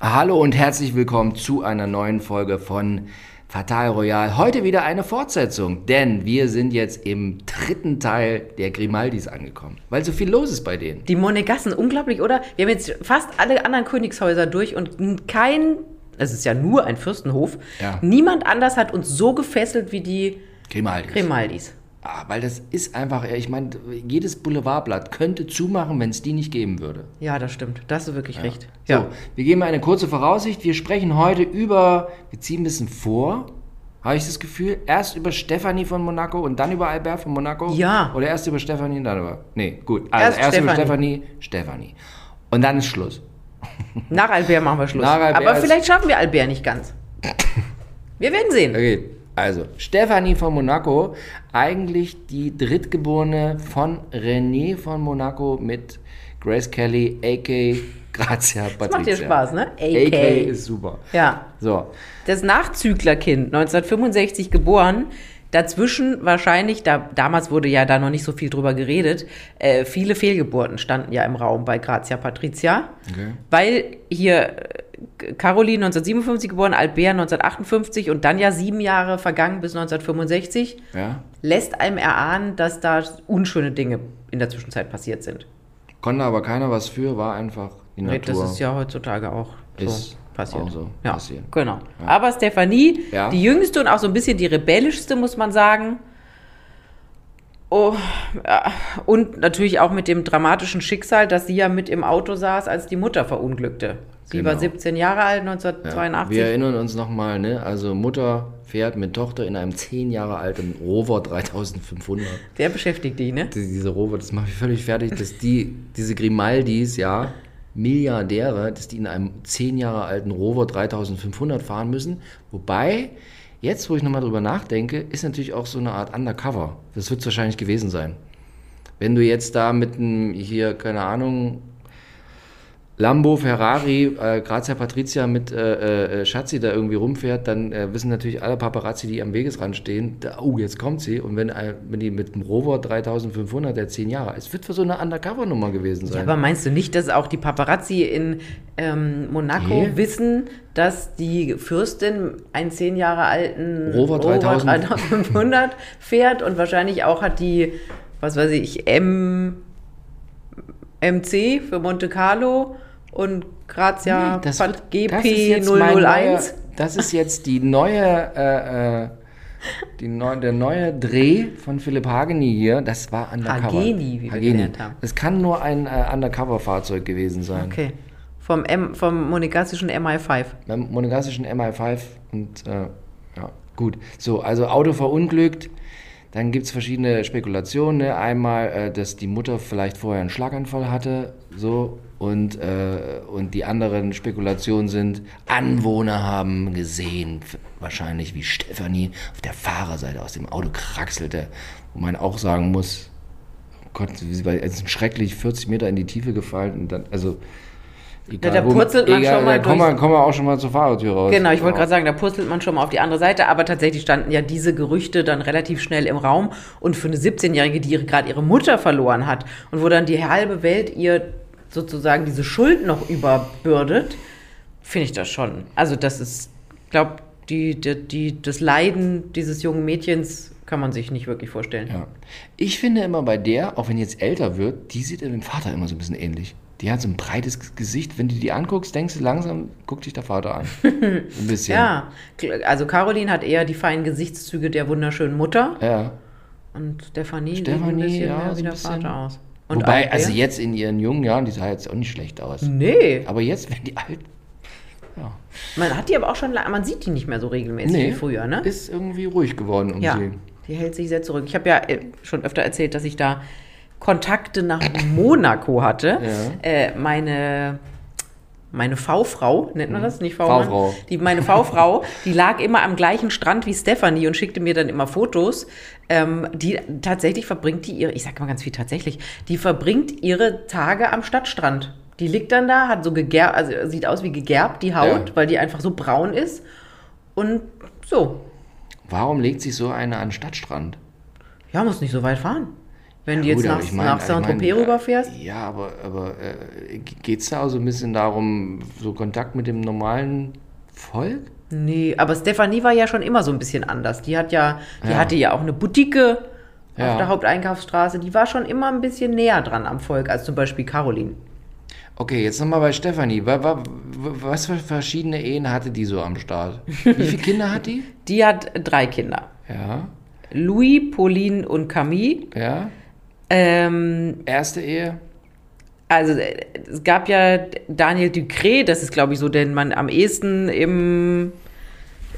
Hallo und herzlich willkommen zu einer neuen Folge von Fatal Royal. Heute wieder eine Fortsetzung, denn wir sind jetzt im dritten Teil der Grimaldis angekommen, weil so viel los ist bei denen. Die Monegassen, unglaublich, oder? Wir haben jetzt fast alle anderen Königshäuser durch und kein, es ist ja nur ein Fürstenhof, Ja. niemand anders hat uns so gefesselt wie die Grimaldis. Grimaldis. Ah, weil das ist einfach, ich meine, jedes Boulevardblatt könnte zumachen, wenn es die nicht geben würde. Ja, das stimmt. Das ist wirklich recht. So, wir geben eine kurze Voraussicht. Wir sprechen heute über, wir ziehen ein bisschen vor, habe ich das Gefühl. Erst über Stefanie von Monaco und dann über Albert von Monaco. Ja. Oder erst über Stefanie und dann über. Nee, gut. Also erst, Erst über Stefanie. Stefanie, Stefanie. Und dann ist Schluss. Nach Albert machen wir Schluss. Nach Albert Aber ist- vielleicht schaffen wir Albert nicht ganz. Wir werden sehen. Okay. Also, Stefanie von Monaco, eigentlich die Drittgeborene von René von Monaco mit Grace Kelly, a.k. Grazia Patricia. macht dir Spaß, ne? AK. AK ist super. Ja. So, Das Nachzüglerkind, 1965 geboren, dazwischen wahrscheinlich, da, damals wurde ja da noch nicht so viel drüber geredet, äh, viele Fehlgeburten standen ja im Raum bei Grazia Patricia, Okay. weil hier äh, Caroline 1957 geboren, Albert 1958 und dann ja sieben Jahre vergangen bis 1965, ja. lässt einem erahnen, dass da unschöne Dinge in der Zwischenzeit passiert sind. Konnte aber keiner was für, war einfach die Nee, Natur. das ist ja heutzutage auch so Ist passiert. auch so ja, passiert. Genau. Aber Stefanie, Ja. die jüngste und auch so ein bisschen die rebellischste, muss man sagen. Oh, ja, und natürlich auch mit dem dramatischen Schicksal, dass sie ja mit im Auto saß, als die Mutter verunglückte. Sie Genau. war 17 Jahre alt, Wir 1982. erinnern uns nochmal, ne? Also Mutter fährt mit Tochter in einem 10 Jahre alten Rover 3500. Der beschäftigt die, ne? Die- Diese Rover, das macht mich völlig fertig, dass die, diese Grimaldis, ja, Milliardäre, dass die in einem 10 Jahre alten Rover 3500 fahren müssen. Wobei, jetzt, wo ich nochmal drüber nachdenke, ist natürlich auch so eine Art Undercover. Das wird es wahrscheinlich gewesen sein. Wenn du jetzt da mit einem, hier, keine Ahnung, Lambo, Ferrari, äh, Grazia Patricia mit äh, äh, Schatzi da irgendwie rumfährt, dann äh, wissen natürlich alle Paparazzi, die am Wegesrand stehen, da, oh, jetzt kommt sie. Und wenn, äh, wenn die mit dem Rover 3500, der 10 Jahre, es wird für so eine Undercover-Nummer gewesen sein. Aber meinst du nicht, dass auch die Paparazzi in ähm, Monaco Nee. wissen, dass die Fürstin einen zehn Jahre alten Rover 3000. 3500 fährt und wahrscheinlich auch hat die, was weiß ich, M, MC für Monte Carlo und Grazia Mhm. das Pat- wird- das ist GP jetzt mein neuer- 001. Das ist jetzt die neue, äh, äh, die neu, der neue Dreh von Philipp Hageni hier. Das war Undercover. Hageni, wie wir gelernt haben. Es kann nur ein äh, Undercover-Fahrzeug gewesen sein. Okay. Vom, M, vom monegassischen MI5. beim monegassischen MI5 und äh, ja, gut. So, also Auto verunglückt. Dann gibt es verschiedene Spekulationen. Ne? Einmal, äh, dass die Mutter vielleicht vorher einen Schlaganfall hatte, so. Und, äh, und die anderen Spekulationen sind, Anwohner haben gesehen, f- wahrscheinlich wie Stefanie auf der Fahrerseite aus dem Auto kraxelte. Wo man auch sagen muss, oh Gott, sie war- es ist schrecklich 40 Meter in die Tiefe gefallen. Und dann, also, egal, da wo- purzelt man schon mal da kommen durch. wir dann kommen wir auch schon mal zur Fahrertür raus. Genau, ich wollte Ja. gerade sagen, da purzelt man schon mal auf die andere Seite, aber tatsächlich standen ja diese Gerüchte dann relativ schnell im Raum und für eine 17-Jährige, die ihre, gerade ihre Mutter verloren hat und wo dann die halbe Welt ihr sozusagen diese Schuld noch überbürdet, finde ich das schon. Also das ist, glaube die, die, die, das Leiden dieses jungen Mädchens kann man sich nicht wirklich vorstellen. Ja. Ich finde immer bei der, auch wenn die jetzt älter wird, die sieht ihrem Vater immer so ein bisschen ähnlich. Die hat so ein breites G- Gesicht. Wenn du die anguckst, denkst du langsam, guckt dich der Vater an. Ein bisschen. Ja, also Caroline hat eher die feinen Gesichtszüge der wunderschönen Mutter ja. und Stefanie, sieht ein Stefanie, bisschen ja, mehr so wie ein der bisschen. Vater aus. Wobei, auch also der- Hm. jetzt in ihren jungen Jahren, die sah jetzt auch nicht schlecht aus. Nee, Aber jetzt, wenn die alt Man hat die aber auch schon, la- man sieht die nicht mehr so regelmäßig wie früher, ne? ist irgendwie ruhig geworden um ja, sie. die hält sich sehr zurück. Ich habe ja äh, schon öfter erzählt, dass ich da Kontakte nach Monaco hatte. Ja. Äh, meine meine V-Frau, nennt man das? Nicht V-Mann? Mhm. V-Frau. Die, meine V-Frau, die lag immer am gleichen Strand wie Stephanie und schickte mir dann immer Fotos. Ähm, die tatsächlich verbringt die ihre, ich sag mal ganz viel tatsächlich, die verbringt ihre Tage am Stadtstrand. Die liegt dann da, hat so gegerbt, also sieht aus wie gegerbt, die Haut, Ja. weil die einfach so braun ist. Und so, Warum legt sich so eine an den Stadtstrand? ja, muss nicht so weit fahren. Wenn du jetzt Gut, aber nach, ich mein- nach ich Saint-Tropez mein, äh, rüberfährst? Ja, aber, aber äh, geht es da auch so ein bisschen darum, so Kontakt mit dem normalen Volk? Nee, aber Stefanie war ja schon immer so ein bisschen anders. Die hat ja, die Ja. hatte ja auch eine Boutique auf Ja. der Haupteinkaufsstraße. Die war schon immer ein bisschen näher dran am Volk als zum Beispiel Caroline. Okay, jetzt nochmal bei Stefanie. Wa- wa- wa- Was für verschiedene Ehen hatte die so am Start? Wie viele Kinder hat die? Die hat drei Kinder. Ja, Louis, Pauline und Camille. ja. Ähm, Erste Ehe? also äh, es gab ja Daniel Ducret, das ist glaube ich so, den man am ehesten im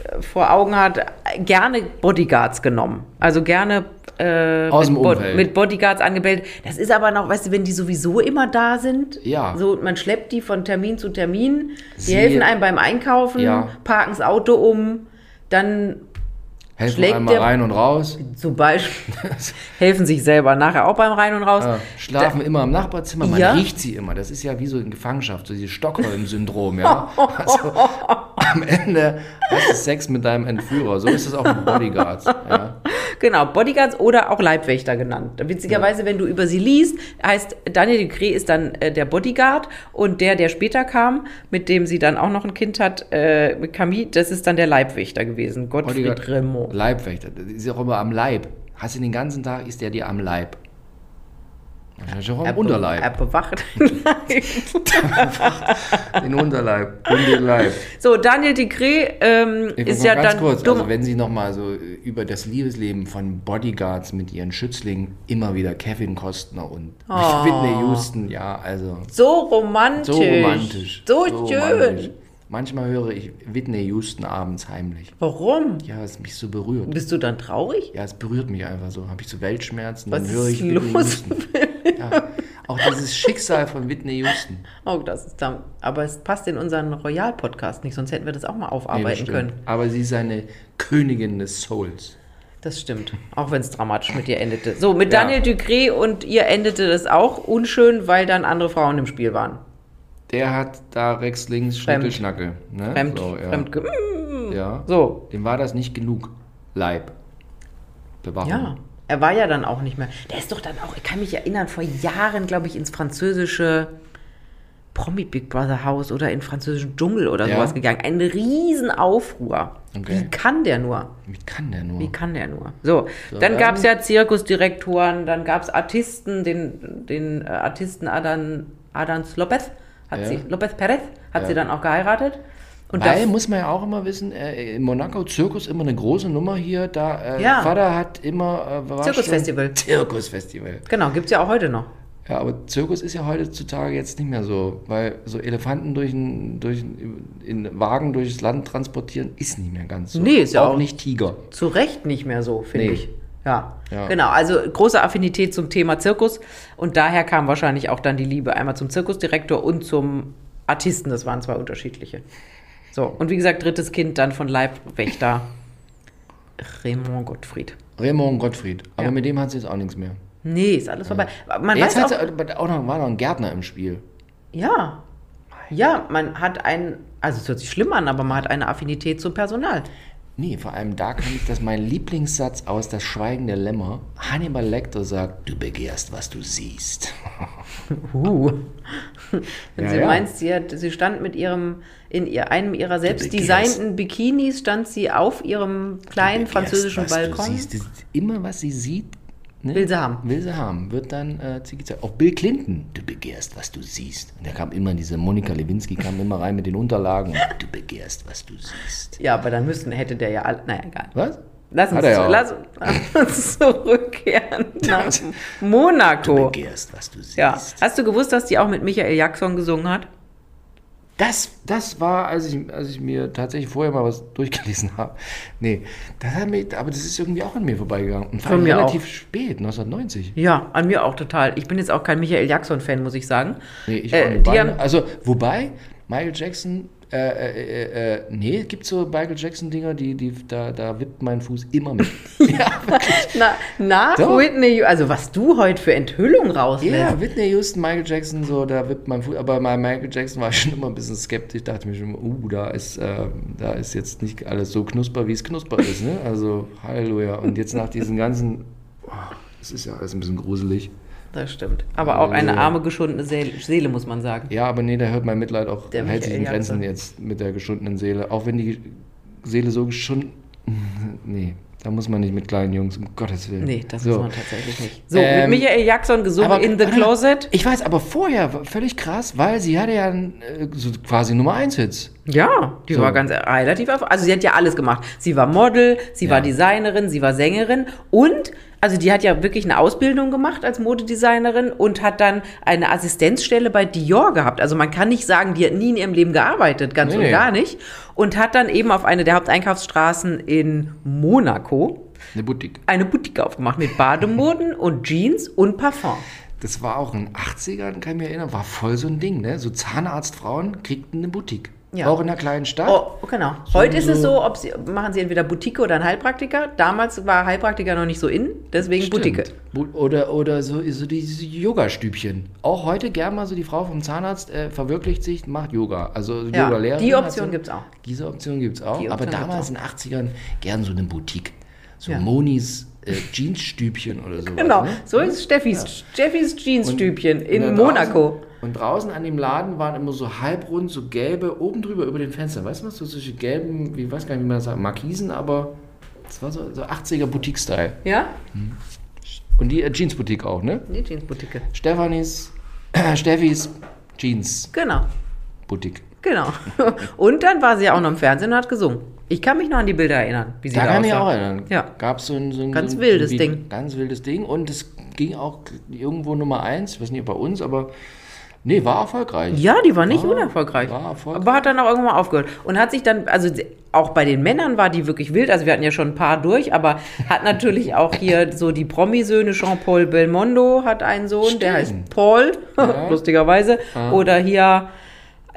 äh, vor Augen hat, äh, gerne Bodyguards genommen. Also gerne äh, Aus mit, dem Bo- Umfeld. mit Bodyguards angebellt. Das ist aber noch, weißt du, wenn die sowieso immer da sind, Ja. so und man schleppt die von Termin zu Termin, die Sie- helfen einem beim Einkaufen, Ja. parken das Auto um, dann Helfen Schlägt einmal der- rein und raus. zum Beispiel helfen sich selber nachher auch beim Rein und Raus. Äh, Schlafen immer im Nachbarzimmer, man Ja. riecht sie immer. Das ist ja wie so in Gefangenschaft, so dieses Stockholm-Syndrom, ja. Also, am Ende hast du Sex mit deinem Entführer. So ist es auch mit Bodyguards. Ja. Genau, Bodyguards oder auch Leibwächter genannt. Witzigerweise, wenn du über sie liest, heißt Daniel Ducret ist dann äh, der Bodyguard und der, der später kam, mit dem sie dann auch noch ein Kind hat, äh, mit Camille, das ist dann der Leibwächter gewesen, Gottfried Bodyguard- Remo. Leibwächter. Das ist ja auch immer am Leib. Hast du den ganzen Tag, ist der dir am Leib. Das ist ja auch am Er Unterleib. bewacht den Leib. Den Unterleib. Und den Leib. So, Daniel Ducret ähm, Ich ist guck ja mal ganz dann kurz, dumm. also wenn sie nochmal so äh, über das Liebesleben von Bodyguards mit ihren Schützlingen immer wieder Kevin Costner und Oh. Whitney Houston, ja, also so romantisch. so romantisch. So, schön. romantisch. Manchmal höre ich Whitney Houston abends heimlich. Warum? Ja, es mich so berührt. Bist du dann traurig? Ja, es berührt mich einfach so. Habe ich so Weltschmerzen, Was dann höre ist ich Whitney los? Houston. Ja. Auch dieses Schicksal von Whitney Houston. Oh, das ist dann. Aber es passt in unseren Royal-Podcast nicht, sonst hätten wir das auch mal Nee, das aufarbeiten stimmt. können. Aber sie ist eine Königin des Souls. Das stimmt, auch wenn es dramatisch mit ihr endete. So, mit Ja. Daniel Ducret und ihr endete das auch unschön, weil dann andere Frauen im Spiel waren. Der hat da rechts, links, Fremd. Schnickelschnackel. Ne? Fremd, So, ja. fremd hm, Ja. So, Dem war das nicht genug. Leib. Bewahrung. ja. Er war ja dann auch nicht mehr. Der ist doch dann auch, ich kann mich erinnern, vor Jahren, glaube ich, ins französische Promi Big Brother Haus oder in französischen Dschungel oder Ja. sowas gegangen. Ein Riesenaufruhr. Okay. Wie kann der nur? Wie kann der nur? Wie kann der nur? So, dann dann- gab es ja Zirkusdirektoren, dann gab es Artisten, den, den äh, Artisten Adan, Adans Lopez, hat Ja. sie, Lopez Perez, hat sie dann auch geheiratet. Und Weil, das, muss man ja auch immer wissen, äh, in Monaco Zirkus immer eine große Nummer hier. Da äh, Ja. Vater hat immer äh, war Zirkusfestival. schon- Zirkusfestival. genau, gibt es ja auch heute noch. Ja, aber Zirkus ist ja heutzutage jetzt nicht mehr so, weil so Elefanten durch ein, durch ein, in Wagen durchs Land transportieren ist nicht mehr ganz so. Nee, ist ja auch- nicht Tiger. Zu Recht nicht mehr so, finde Nee. ich. Ja. Ja. genau. Also große Affinität zum Thema Zirkus. Und daher kam wahrscheinlich auch dann die Liebe einmal zum Zirkusdirektor und zum Artisten. Das waren zwei unterschiedliche. So, und wie gesagt, drittes Kind dann von Leibwächter Raymond Gottfried. Raymond Gottfried. Aber Ja. mit dem hat sie jetzt auch nichts mehr. Nee, ist alles vorbei. Man Jetzt weiß hat auch, sie aber auch noch, war noch ein Gärtner im Spiel. ja. Ja, man hat einen, also es hört sich schlimm an, aber man hat eine Affinität zum Personal. Nee, vor allem da kann ich, dass mein Lieblingssatz aus Das Schweigen der Lämmer, Hannibal Lecter sagt, du begehrst, was du siehst. Uh. Wenn Ja, sie ja. meinst, sie, hat, sie stand mit ihrem, in ihr, einem ihrer selbst Bikinis. designten Bikinis, stand sie auf ihrem kleinen Du begehrst, französischen Äh, was Du Balkon. siehst. Das ist Immer was sie sieht, ne? Will sie haben. Will sie haben. Wird dann äh, ziggy zack. Auch Bill Clinton, du begehrst, was du siehst. Und da kam immer diese Monika Lewinsky, kam immer rein mit den Unterlagen. Du begehrst, was du siehst. Ja, aber dann müssten, hätte der ja alle, naja, egal. Was? Lass uns, Hat er ja auch. lass, lass uns zurückkehren nach Du Monaco. begehrst, was du siehst. Ja. Hast du gewusst, dass die auch mit Michael Jackson gesungen hat? Das, das war, als ich, als ich mir tatsächlich vorher mal was durchgelesen habe. Nee, das hat mich, aber das ist irgendwie auch an mir vorbeigegangen. Und vor Von allem mir relativ spät, 1990. Ja, an mir auch total. Ich bin jetzt auch kein Michael Jackson-Fan, muss ich sagen. Nee, ich Äh, äh, die beide. haben- Also, wobei, Michael Jackson, äh, äh, äh, äh, nee, es gibt so Michael Jackson-Dinger, die, die, da, da wippt mein Fuß immer mit. Na, nach Doch. Whitney, also was du heute für Enthüllung Ja, rauslässt. Whitney Houston, Michael Jackson, so, da wippt mein Fuß. Aber bei Michael Jackson war ich schon immer ein bisschen skeptisch, dachte mir schon, immer, uh, da ist, äh, da ist jetzt nicht alles so knusper, wie es knusper ist, ne? Also, Halleluja. Und jetzt nach diesen ganzen, oh, Das ist ja alles ein bisschen gruselig. Das stimmt. Aber auch eine Ja. arme, geschundene Seele, Seele muss man sagen. Ja, aber nee, da hört mein Mitleid auch, Der hält sich in Michael Grenzen Jackson. jetzt mit der geschundenen Seele. Auch wenn die Seele so geschunden. Nee, da muss man nicht mit kleinen Jungs, um Gottes Willen. Nee, das So. muss man tatsächlich nicht. So, Ähm, mit Michael Jackson gesungen Aber- in The Closet. Ich weiß, aber vorher war völlig krass, weil sie hatte ja äh, so quasi Nummer 1 Hits. Ja, die So. war ganz relativ erfolgreich. Also sie hat ja alles gemacht. Sie war Model, sie Ja. war Designerin, sie war Sängerin und also die hat ja wirklich eine Ausbildung gemacht als Modedesignerin und hat dann eine Assistenzstelle bei Dior gehabt. Also man kann nicht sagen, die hat nie in ihrem Leben gearbeitet, ganz Nee. und gar nicht. Und hat dann eben auf eine der Haupteinkaufsstraßen in Monaco Eine Boutique. eine Boutique aufgemacht mit Bademoden und Jeans und Parfum. Das war auch in den 80ern, kann ich mich erinnern, war voll so ein Ding, ne? So Zahnarztfrauen kriegten eine Boutique. Ja. Auch in einer kleinen Stadt. Oh, genau. Heute ist es so, ob sie, machen sie entweder Boutique oder einen Heilpraktiker. Damals war Heilpraktiker noch nicht so in, deswegen Boutique. Bu- Oder, oder so, so diese Yoga-Stübchen. Auch heute gern mal so die Frau vom Zahnarzt äh, verwirklicht sich, macht Yoga. Also Ja, Yoga-Lehrerin. die hat Option gibt's auch. Diese Option gibt es auch. Die aber Option damals in den 80ern gern so eine Boutique. So Ja. Monis äh, Jeansstübchen oder sowas. Genau, Ne? so ist Steffis, Steffis Jeansstübchen in Und da Monaco. Draußen, und draußen an dem Laden waren immer so halbrund, so gelbe, oben drüber über den Fenstern. Weißt du was? So solche gelben, ich weiß gar nicht, wie man das sagt, Markisen, aber das war so, so 80er Boutique-Style. Ja? Und die äh, Jeans-Boutique auch, ne? Die Jeansboutique. Stefanis, Steffis Jeans Genau, Boutique. genau. Und dann war sie ja auch noch im Fernsehen und hat gesungen. Ich kann mich noch an die Bilder erinnern, wie sie Da da, kann ich mich aussah. auch erinnern. Ja. Gab es so ein, so ein Ganz so ein wildes wie- Ding. Ganz wildes Ding. Und es ging auch irgendwo Nummer eins. Ich weiß nicht, ob bei uns, aber nee, war erfolgreich. Ja, die war nicht War- unerfolgreich. war erfolgreich. Aber hat dann auch irgendwann mal aufgehört. Und hat sich dann, also sie- auch bei den Männern war die wirklich wild. Also wir hatten ja schon ein paar durch, aber hat natürlich auch hier so die Promisöhne. Jean-Paul Belmondo hat einen Sohn, der heißt Stimmt. Paul, Ja. lustigerweise. Oder hier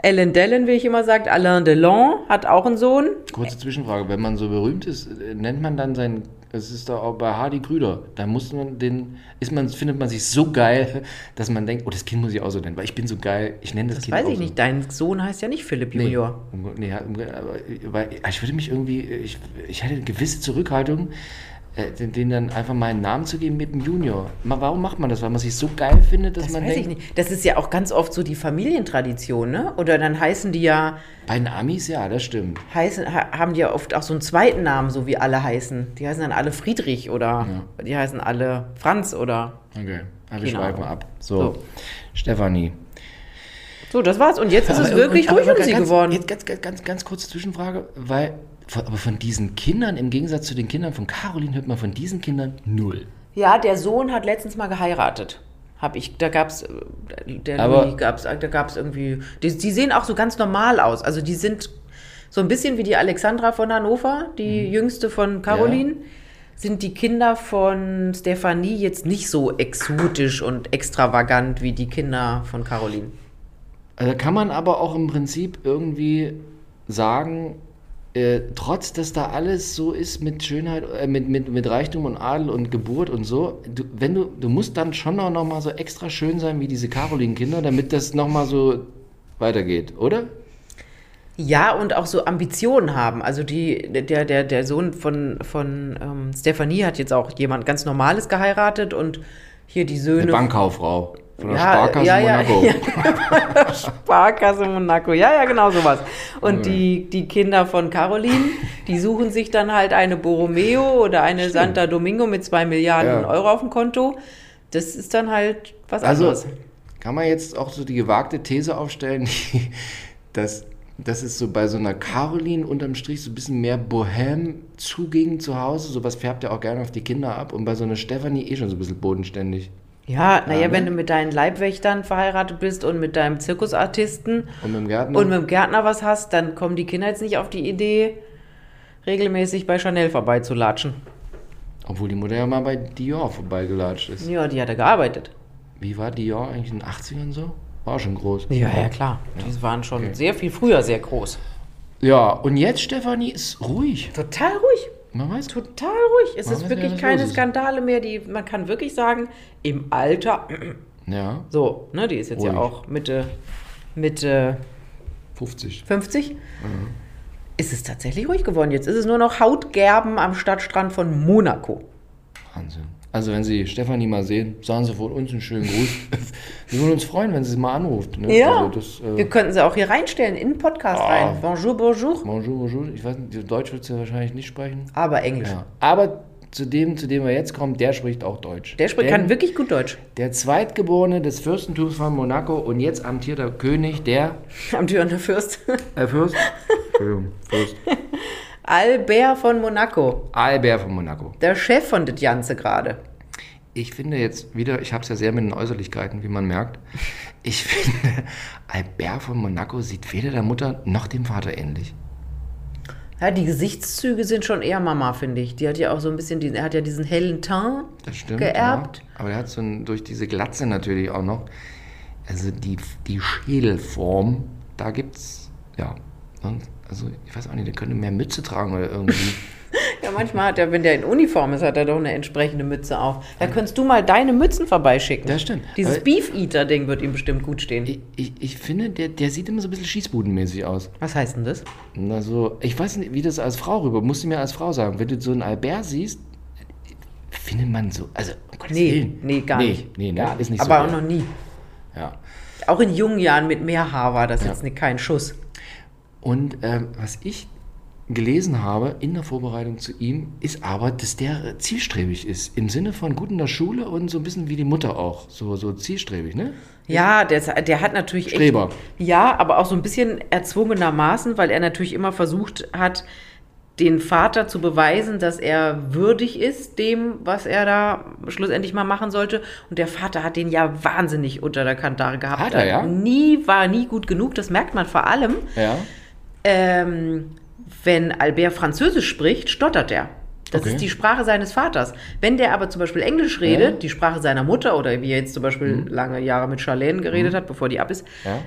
Ellen Dellen, wie ich immer sagt, Alain Delon hat auch einen Sohn. Kurze Zwischenfrage. Wenn man so berühmt ist, äh, nennt man dann seinen. Es ist da auch bei Hardy Krüder. Da muss man den. Ist man, findet man sich so geil, dass man denkt, oh, das Kind muss ich auch so nennen, weil ich bin so geil. Ich nenne das, Das Kind weiß auch ich so. nicht, dein Sohn heißt ja nicht Philipp Nee, Junior. Um- nee, ja, um- aber, weil ich würde mich irgendwie, ich, ich hätte eine gewisse Zurückhaltung, äh, den, den dann einfach meinen Namen zu geben mit dem Junior. Ma- Warum macht man das? Weil man sich so geil findet, dass Das man weiß ich denkt, nicht. Das ist ja auch ganz oft so die Familientradition, ne? Oder dann heißen die ja, bei den Amis, ja, das stimmt. heißen, ha- haben die ja oft auch so einen zweiten Namen, so wie alle heißen. Die heißen dann alle Friedrich oder die heißen alle Franz oder. Okay, aber wir Genau. schweifen ab. So, So. Stefanie. So, das war's. Und jetzt ist es Aber- wirklich aber- ruhig aber um sie ganz, geworden. Jetzt ganz, ganz, ganz, ganz kurze Zwischenfrage, weil, von, aber von diesen Kindern, im Gegensatz zu den Kindern von Caroline, hört man von diesen Kindern null. Ja, der Sohn hat letztens mal geheiratet. Hab ich, da gab's, äh, der Aber- Louis gab's, da gab's irgendwie, die, die sehen auch so ganz normal aus. Also die sind so ein bisschen wie die Alexandra von Hannover, die Mhm. jüngste von Caroline. Sind die Kinder von Stefanie jetzt nicht so exotisch und extravagant wie die Kinder von Caroline? Also kann man aber auch im Prinzip irgendwie sagen, äh, trotz dass da alles so ist mit Schönheit, äh, mit, mit, mit Reichtum und Adel und Geburt und so, du, wenn du, du musst dann schon auch nochmal so extra schön sein wie diese Caroline-Kinder, damit das nochmal so weitergeht, oder? Ja, und auch so Ambitionen haben. Also die, der, der, der Sohn von, von ähm, Stefanie hat jetzt auch jemand ganz Normales geheiratet und hier die Eine Söhne. Bankkaufrau von der Ja, Sparkasse ja, ja, Monaco. ja. Sparkasse Monaco. Ja, ja, genau sowas. Hm. Und die, die Kinder von Caroline, die suchen sich dann halt eine Borromeo oder eine Santa Domingo mit zwei Milliarden Ja. Euro auf dem Konto. Das ist dann halt was Also anderes. kann man jetzt auch so die gewagte These aufstellen, die, dass, dass es so bei so einer Caroline unterm Strich so ein bisschen mehr Bohem zuging zu Hause. Sowas färbt ja auch gerne auf die Kinder ab. Und bei so einer Stefanie eh schon so ein bisschen bodenständig. Ja, naja, ne? wenn du mit deinen Leibwächtern verheiratet bist und mit deinem Zirkusartisten Und mit dem Gärtner. und mit dem Gärtner was hast, dann kommen die Kinder jetzt nicht auf die Idee, regelmäßig bei Chanel vorbeizulatschen. obwohl die Mutter ja mal bei Dior vorbeigelatscht ist. Ja, die hat er gearbeitet. Wie war Dior eigentlich in den 80ern so? War schon groß. Ja, ja, klar. Die waren schon sehr viel früher sehr groß. Ja, und jetzt Stefanie ist ruhig. Total ruhig. Man weiß, Total ruhig. Es Man ist weiß wirklich ja, was keine los ist. Skandale mehr. Die, man kann wirklich sagen, im Alter, ja, so, ne, die ist jetzt ja Ruhig. auch Mitte, Mitte 50. 50. Ist es tatsächlich ruhig geworden. Jetzt ist es nur noch Hautgerben am Stadtstrand von Monaco. Wahnsinn. Also wenn Sie Stefanie mal sehen, sagen Sie von uns einen schönen Gruß. Wir würden uns freuen, wenn sie mal anruft. Ne? Ja, Also das, äh, wir könnten sie auch hier reinstellen, in den Podcast rein. Bonjour, bonjour. bonjour, bonjour. Ich weiß nicht, Deutsch wird sie wahrscheinlich nicht sprechen. Aber Englisch. Ja. Aber zu dem, zu dem wir jetzt kommen, der spricht auch Deutsch. Der spricht, Denn kann wirklich gut Deutsch. Der Zweitgeborene des Fürstentums von Monaco und jetzt amtierter König, der Am Türen der Fürst. äh, Fürst, Entschuldigung, Fürst Albert von Monaco, Albert von Monaco. der Chef von das Ganze gerade. Ich finde jetzt wieder, ich habe es ja sehr mit den Äußerlichkeiten, wie man merkt. Ich finde, Albert von Monaco sieht weder der Mutter noch dem Vater ähnlich. Ja, die Gesichtszüge sind schon eher Mama, finde ich. Die hat ja auch so ein bisschen, diesen, er hat ja diesen hellen Teint. Das stimmt. Geerbt. Ja. Aber er hat so ein, durch diese Glatze natürlich auch noch, also die, die Schädelform, da gibt's, ja. Und, also ich weiß auch nicht, der könnte mehr Mütze tragen oder irgendwie. Ja, manchmal hat er, wenn der in Uniform ist, hat er doch eine entsprechende Mütze auf. Da könntest du mal deine Mützen vorbeischicken. Das stimmt. Dieses Aber- Beef-Eater-Ding wird ihm bestimmt gut stehen. ich, ich, ich finde, der, der sieht immer so ein bisschen schießbudenmäßig aus. Was heißt denn das? Na so, ich weiß nicht, wie das als Frau rüber, musst du mir als Frau sagen. Wenn du so einen Albert siehst, findet man so, also um Gottes Nee, Willen. nee, gar nee, nicht. Nee, ne? Gar ist nicht Aber so. auch noch nie. ja. Auch in jungen Jahren mit mehr Haar war das jetzt nicht kein Schuss. Und ähm, was ich gelesen habe in der Vorbereitung zu ihm, ist aber, dass der äh, zielstrebig ist. Im Sinne von gut in der Schule und so ein bisschen wie die Mutter auch. So, so zielstrebig, ne? Ja, der, ist- der hat natürlich Streber. echt. Ja, aber auch so ein bisschen erzwungenermaßen, weil er natürlich immer versucht hat, den Vater zu beweisen, dass er würdig ist dem, was er da schlussendlich mal machen sollte. Und der Vater hat den ja wahnsinnig unter der Kantare gehabt. Hat er, ja? Nie war nie gut genug. Das merkt man vor allem, Ja. ähm, wenn Albert Französisch spricht, stottert er. Das Okay. ist die Sprache seines Vaters. Wenn der aber zum Beispiel Englisch redet, Ja. Mhm. die Sprache seiner Mutter oder wie er jetzt zum Beispiel lange Jahre mit Charlene geredet hat, bevor die ab ist, ja.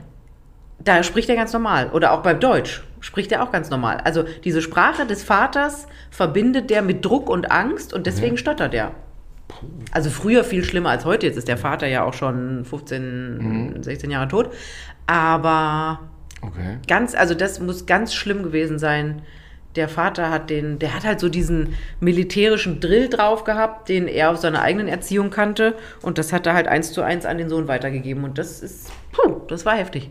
da spricht er ganz normal. Oder auch beim Deutsch spricht er auch ganz normal. Also diese Sprache des Vaters verbindet der mit Druck und Angst und deswegen stottert er. Also früher viel schlimmer als heute. Jetzt ist der Vater ja auch schon 15, 16 Jahre tot. Aber Okay. ganz, also das muss ganz schlimm gewesen sein. Der Vater hat den, der hat halt so diesen militärischen Drill drauf gehabt, den er aus seiner eigenen Erziehung kannte. Und das hat er halt eins zu eins an den Sohn weitergegeben. Und das ist, puh, das war heftig.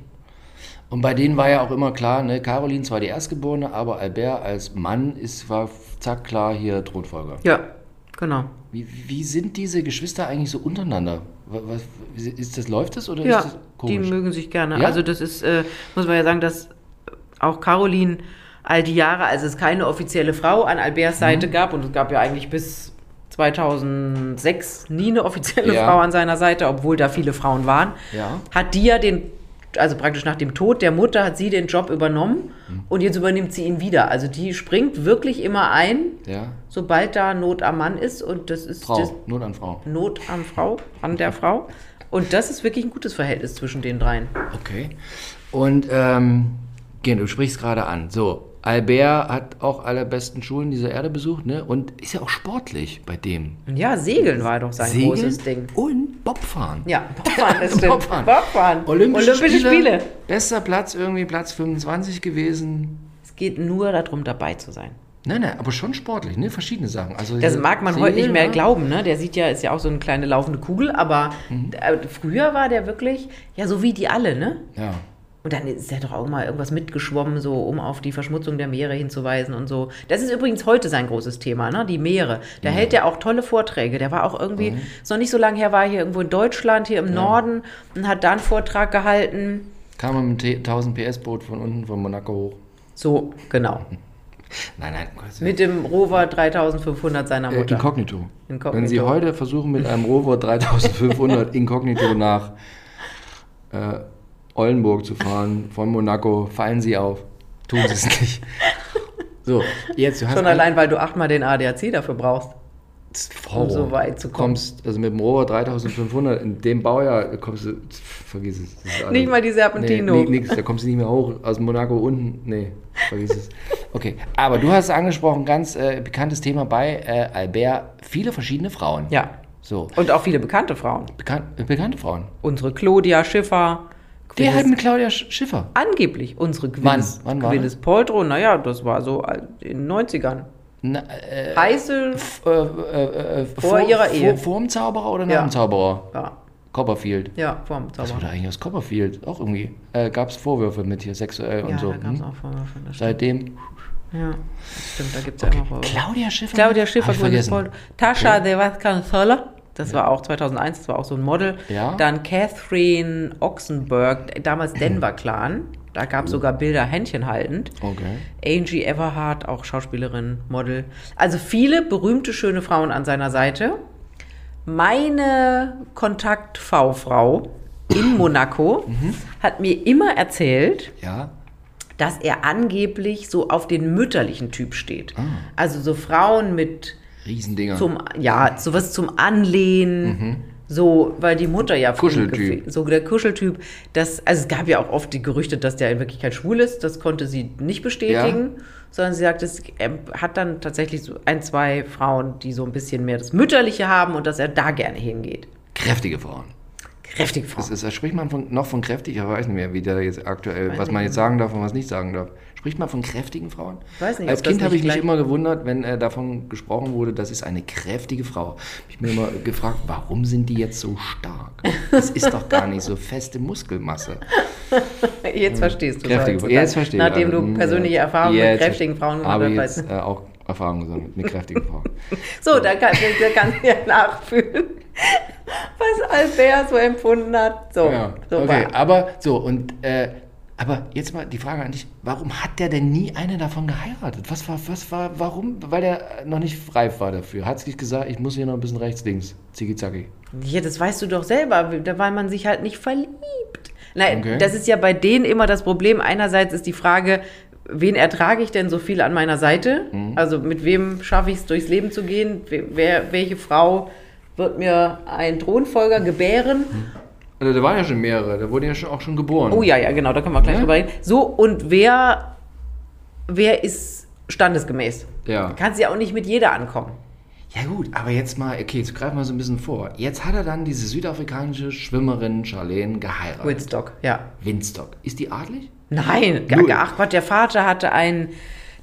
Und bei denen war ja auch immer klar, ne, Caroline zwar die Erstgeborene, aber Albert als Mann ist, war zack klar hier Thronfolger. Ja, genau. Wie, wie sind diese Geschwister eigentlich so untereinander? Wa- Was, ist das, läuft das oder Ja, ist das die komisch? mögen sich gerne. Ja? Also das ist, äh, muss man ja sagen, dass auch Caroline all die Jahre, als es keine offizielle Frau an Mhm. Alberts Seite gab, und es gab ja eigentlich bis 2006 nie eine offizielle Ja. Frau an seiner Seite, obwohl da viele Frauen waren, Ja. hat die ja den, also praktisch nach dem Tod der Mutter, hat sie den Job übernommen Mhm. und jetzt übernimmt sie ihn wieder. Also die springt wirklich immer ein, ja, sobald da Not am Mann ist und das ist Frau, das, Not an Frau. Not am Frau, an der Frau. Und das ist wirklich ein gutes Verhältnis zwischen den dreien. Okay. Und ähm, Gen, du sprichst gerade an. So, Albert hat auch alle besten Schulen dieser Erde besucht, ne? Und ist ja auch sportlich bei dem. Und ja, Segeln war doch sein großes Ding. und Bobfahren. Ja, Bobfahren ist stimmt. Bobfahren. Bobfahren. Bobfahren. Olympische, Spiele. Bester Platz irgendwie Platz 25 gewesen. Es geht nur darum, dabei zu sein. Nein, nein, aber schon sportlich, ne? Verschiedene Sachen. Also Das diese mag man heute nicht Segel, mehr ne? glauben, ne? Der sieht ja, ist ja auch so eine kleine laufende Kugel, aber Mhm. äh, früher war der wirklich, ja, so wie die alle, ne? Ja. Und dann ist ja doch auch mal irgendwas mitgeschwommen, so um auf die Verschmutzung der Meere hinzuweisen und so. Das ist übrigens heute sein großes Thema, ne? Die Meere. Da hält er auch tolle Vorträge. Der war auch irgendwie, Mhm. ist noch nicht so lange her, war hier irgendwo in Deutschland, hier im Norden und hat da einen Vortrag gehalten. Kam man mit dem 1000 PS-Boot von unten von Monaco hoch. So, genau. Nein, nein, um Gottes Willen. Mit dem Rover 3500 seiner Äh, Mutter. Inkognito. Inkognito. Wenn Sie heute versuchen, mit einem Rover 3500 Inkognito nach äh, Oldenburg zu fahren, von Monaco, fallen Sie auf. Tun Sie es nicht. So, jetzt, du hast Schon allein, weil du achtmal den ADAC dafür brauchst. Horror. um so weit zu Du kommen. Kommst, also mit dem Rover 3500, in dem Baujahr kommst du, pff, vergiss es. Das ist alles- Nicht mal die Serpentino. Nee, nee, nix, da kommst du nicht mehr hoch, aus Monaco unten, nee, vergiss es. Okay, aber du hast es angesprochen, ganz äh, bekanntes Thema bei äh, Albert, viele verschiedene Frauen. Ja. So, Und auch viele bekannte Frauen. Bekan äh, bekannte Frauen. Unsere Claudia Schiffer. Der Gwyneth- hat mit Claudia Sch- Schiffer. Angeblich unsere Wann? Gwyneth, Wann war Gwyneth Paltrow, naja, das war so in den 90ern. Na, äh, Heiße, äh, äh, äh, Vor ihrer Ehe. Vor, vor dem Zauberer oder nach Ja. dem Zauberer? ja, Copperfield. ja, vom Was Zauber. wurde eigentlich aus Copperfield? Auch irgendwie. Äh, Gab es Vorwürfe mit hier sexuell ja, und so. da gab es hm? auch Vorwürfe. Das stimmt. Seitdem. Ja, das stimmt, da gibt es ja immer Vorwürfe. Claudia Schiffer. Claudia Schiffer, Hab ich vergessen. Gordon Paul, Tasha okay. Devaskanzola, das war auch 2001, das war auch so ein Model. Ja. Hm. Dann Catherine Oxenberg, damals Denver Clan, da gab es sogar Bilder Händchen haltend. Oh. Okay. Angie Everhart, auch Schauspielerin, Model. Also viele berühmte, schöne Frauen an seiner Seite. Meine Kontakt-V-Frau in Monaco Mhm. hat mir immer erzählt, Ja. dass er angeblich so auf den mütterlichen Typ steht. Ah. Also so Frauen mit Riesendinger. zum ja, sowas zum Anlehnen. So, weil die Mutter ja früh Mhm. Kuscheltyp. gefe- So der Kuscheltyp. Das, also es gab ja auch oft die Gerüchte, dass der in Wirklichkeit schwul ist. Das konnte sie nicht bestätigen. Sondern sie sagt, es er hat dann tatsächlich so ein, zwei Frauen, die so ein bisschen mehr das Mütterliche haben und dass er da gerne hingeht. Kräftige Frauen. Kräftige Frauen. Das ist, das spricht man von, noch von kräftig, aber weiß nicht mehr, wie der jetzt aktuell, Weiß was man nicht. jetzt sagen darf und was nicht sagen darf. Spricht man von kräftigen Frauen? Weiß nicht, Als ob das Kind habe ich nicht mich gleich- immer gewundert, wenn äh, davon gesprochen wurde, das ist eine kräftige Frau. Ich habe mir immer gefragt, warum sind die jetzt so stark? Das ist doch gar nicht so feste Muskelmasse. Jetzt verstehst du Kräftige sollst du Frauen. Jetzt sagen. verstehe ich. Nachdem Also, du mh, persönliche Erfahrungen mit jetzt- kräftigen Frauen Habe gemacht ich hast. jetzt äh, auch Erfahrungen gesammelt mit kräftigen Frauen. So, da kann, da kann ich ja nachfühlen, was Albert so empfunden hat. So, Ja, so okay, war. aber so und äh, aber jetzt mal die Frage an dich: Warum hat der denn nie eine davon geheiratet? Was war, was war, warum? Weil er noch nicht reif war dafür. Hat sich gesagt, ich muss hier noch ein bisschen rechts, links, zicki zacki. Ja, das weißt du doch selber, da- weil man sich halt nicht verliebt. Nein, Okay. das ist ja bei denen immer das Problem. Einerseits ist die Frage, wen ertrage ich denn so viel an meiner Seite? Mhm. Also mit wem schaffe ich es, durchs Leben zu gehen? Wer- Wer, welche Frau wird mir einen Thronfolger gebären? Also da waren ja schon mehrere, da wurden ja schon, auch schon geboren. Oh ja, ja, genau, da können wir gleich Ja. drüber reden. So, und wer, wer ist standesgemäß? Ja. Du kannst ja auch nicht mit jeder ankommen. Ja gut, aber jetzt mal, okay, jetzt greifen wir so ein bisschen vor. Jetzt hat er dann diese südafrikanische Schwimmerin Charlene geheiratet. Woodstock, ja. Winstock. Ist die adlig? Nein, Null. ge- ach Gott, der Vater hatte ein,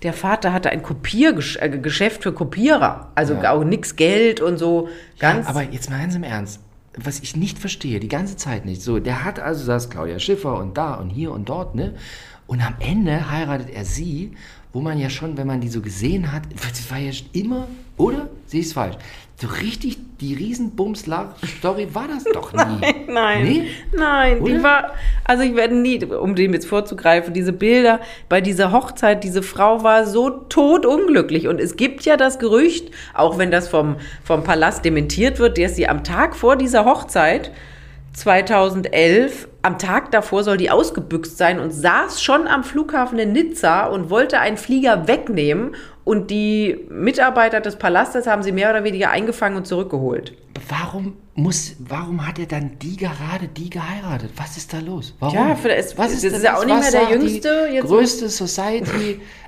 der Vater hatte ein Kopiergeschäft für Kopierer. Also Ja. auch nix Geld und so. Ganz. Aber jetzt mal ganz im Ernst, was ich nicht verstehe, die ganze Zeit nicht. So, der hat also das Claudia Schiffer und da und hier und dort, ne? Und am Ende heiratet er sie, wo man ja schon, wenn man die so gesehen hat, das war ja immer, oder? Sehe ich es falsch? So richtig die Riesenbums-Story war das doch nie. Nein, Nee? nein, die Oder? war, also ich werde nie, um dem jetzt vorzugreifen, diese Bilder bei dieser Hochzeit, diese Frau war so totunglücklich und es gibt ja das Gerücht, auch wenn das vom, vom Palast dementiert wird, dass sie am Tag vor dieser Hochzeit 2011, am Tag davor soll die ausgebüxt sein und saß schon am Flughafen in Nizza und wollte einen Flieger wegnehmen und die Mitarbeiter des Palastes haben sie mehr oder weniger eingefangen und zurückgeholt. Warum muss, warum hat er dann die gerade die geheiratet? Was ist da los? Warum? Ja, vielleicht ist- das ist ja auch nicht was mehr der sagt Jüngste, Die jetzt- größte